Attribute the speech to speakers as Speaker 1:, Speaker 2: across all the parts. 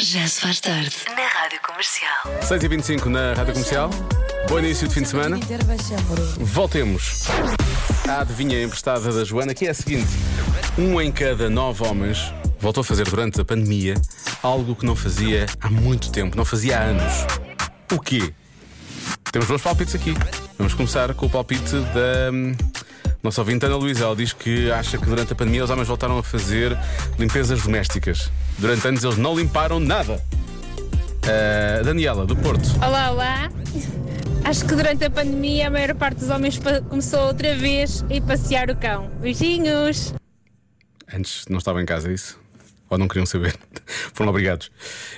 Speaker 1: Já se faz tarde. Na Rádio Comercial.
Speaker 2: 6h25 na Rádio Comercial. Bom início de fim de semana. Voltemos à adivinha emprestada da Joana, que é a seguinte: um em cada nove homens voltou a fazer durante a pandemia algo que não fazia há muito tempo, não fazia há anos. O quê? Temos dois palpites aqui. Vamos começar com o palpite da hum, nossa ouvinte Ana Luísa. Ela diz que acha que durante a pandemia os homens voltaram a fazer limpezas domésticas. Durante anos eles não limparam nada. Ah, Daniela, do Porto.
Speaker 3: Olá, olá. Acho que durante a pandemia a maior parte dos homens pa- começou outra vez a ir passear o cão. Beijinhos!
Speaker 2: Antes não estavam em casa, é isso? Ou não queriam saber? Foram obrigados.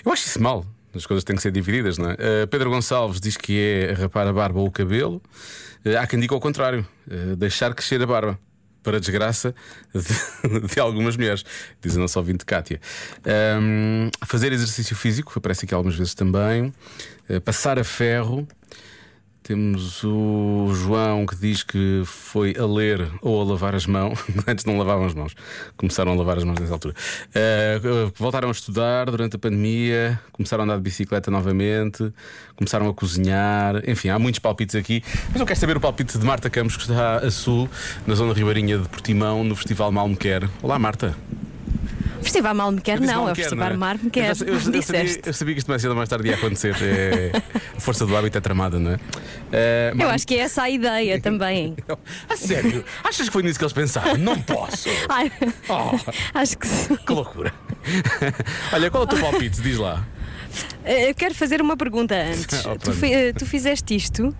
Speaker 2: Eu acho isso mal. As coisas têm que ser divididas, não é? Eh, Pedro Gonçalves diz que é rapar a barba ou o cabelo. Eh, há quem diga ao contrário: eh, deixar crescer a barba. Para a desgraça de, de algumas mulheres, diz a nossa ouvinte Kátia. Ahm, fazer exercício físico, aparece aqui algumas vezes também. Eh, passar a ferro. Temos o João que diz que foi a ler ou a lavar as mãos. Antes não lavavam as mãos, começaram a lavar as mãos nessa altura. Eh, voltaram a estudar durante a pandemia, começaram a andar de bicicleta novamente, começaram a cozinhar. Enfim, há muitos palpites aqui. Mas eu quero saber o palpite de Marta Campos, que está a sul, na zona ribeirinha de Portimão, no Festival Malmequer. Olá, Marta.
Speaker 4: Festival mal me quer,
Speaker 2: Eu disse
Speaker 4: não, é o
Speaker 2: Malmequer, não
Speaker 4: Festival Mar me
Speaker 2: Eu
Speaker 4: quer.
Speaker 2: já- Eu, eu sabia,
Speaker 4: Disseste.
Speaker 2: eu sabia que isto mais cedo ou mais tarde ia acontecer. É, a força do hábito é tramada, não é? Eh,
Speaker 4: Eu acho que é essa a ideia também.
Speaker 2: Não. Então, A sério? Achas que foi nisso que eles pensaram? Não posso!
Speaker 4: Ai,
Speaker 2: Oh,
Speaker 4: acho que sim.
Speaker 2: que loucura! Olha, qual é o teu palpite? Diz lá.
Speaker 4: Eh, Eu quero fazer uma pergunta antes.
Speaker 2: Oh,
Speaker 4: tu,
Speaker 2: pronto.
Speaker 4: fi- eh, tu fizeste isto?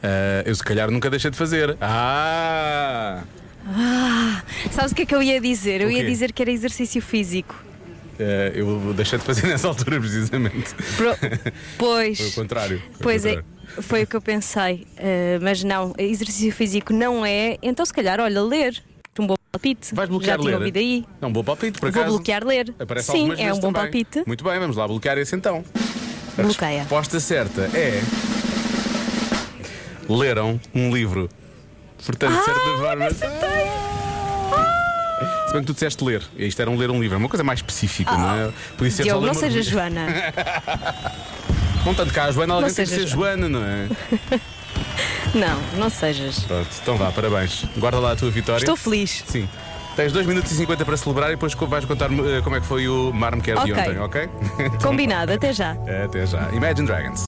Speaker 2: Ah, eu se calhar nunca deixei de fazer. Ah!
Speaker 4: Ah, sabes o que é que eu ia dizer? Eu
Speaker 2: O
Speaker 4: ia
Speaker 2: quê?
Speaker 4: dizer que era exercício físico.
Speaker 2: Ah, eu deixei de fazer nessa altura, precisamente.
Speaker 4: Pro-
Speaker 2: Foi o
Speaker 4: Pois.
Speaker 2: contrário. Foi o
Speaker 4: Pois é.
Speaker 2: contrário.
Speaker 4: Foi o que eu pensei, Eh, mas não, exercício físico não é. Então, se calhar, olha, ler. Um bom palpite.
Speaker 2: Vais bloquear
Speaker 4: Já
Speaker 2: ler?
Speaker 4: tinha ouvido aí.
Speaker 2: É um bom palpite, por
Speaker 4: Vou
Speaker 2: acaso.
Speaker 4: bloquear ler.
Speaker 2: Aparece
Speaker 4: Sim,
Speaker 2: algumas
Speaker 4: é
Speaker 2: vezes
Speaker 4: um bom
Speaker 2: também.
Speaker 4: palpite.
Speaker 2: Muito bem, vamos lá bloquear esse então. A
Speaker 4: Bloqueia.
Speaker 2: resposta certa é. Leram um livro. Portanto, de
Speaker 4: Ah,
Speaker 2: certa forma. Ah! Se bem que tu disseste ler, isto era um ler um livro, é uma coisa mais específica, não é? Podia ser só
Speaker 4: Ah, Diogo,
Speaker 2: ler
Speaker 4: não
Speaker 2: uma
Speaker 4: seja
Speaker 2: revista.
Speaker 4: Joana.
Speaker 2: Não tanto cá a Joana, alguém
Speaker 4: Não
Speaker 2: tem que ser
Speaker 4: seja
Speaker 2: Joana, não é?
Speaker 4: Não, não sejas.
Speaker 2: Pronto, então vá, parabéns. Guarda lá a tua vitória.
Speaker 4: Estou feliz.
Speaker 2: Sim. Tens 2 minutos e 50 para celebrar e depois co- vais contar eh, como é que foi o Marmequer de
Speaker 4: Ok.
Speaker 2: ontem, ok?
Speaker 4: Combinado, até já.
Speaker 2: Até já. Imagine Dragons.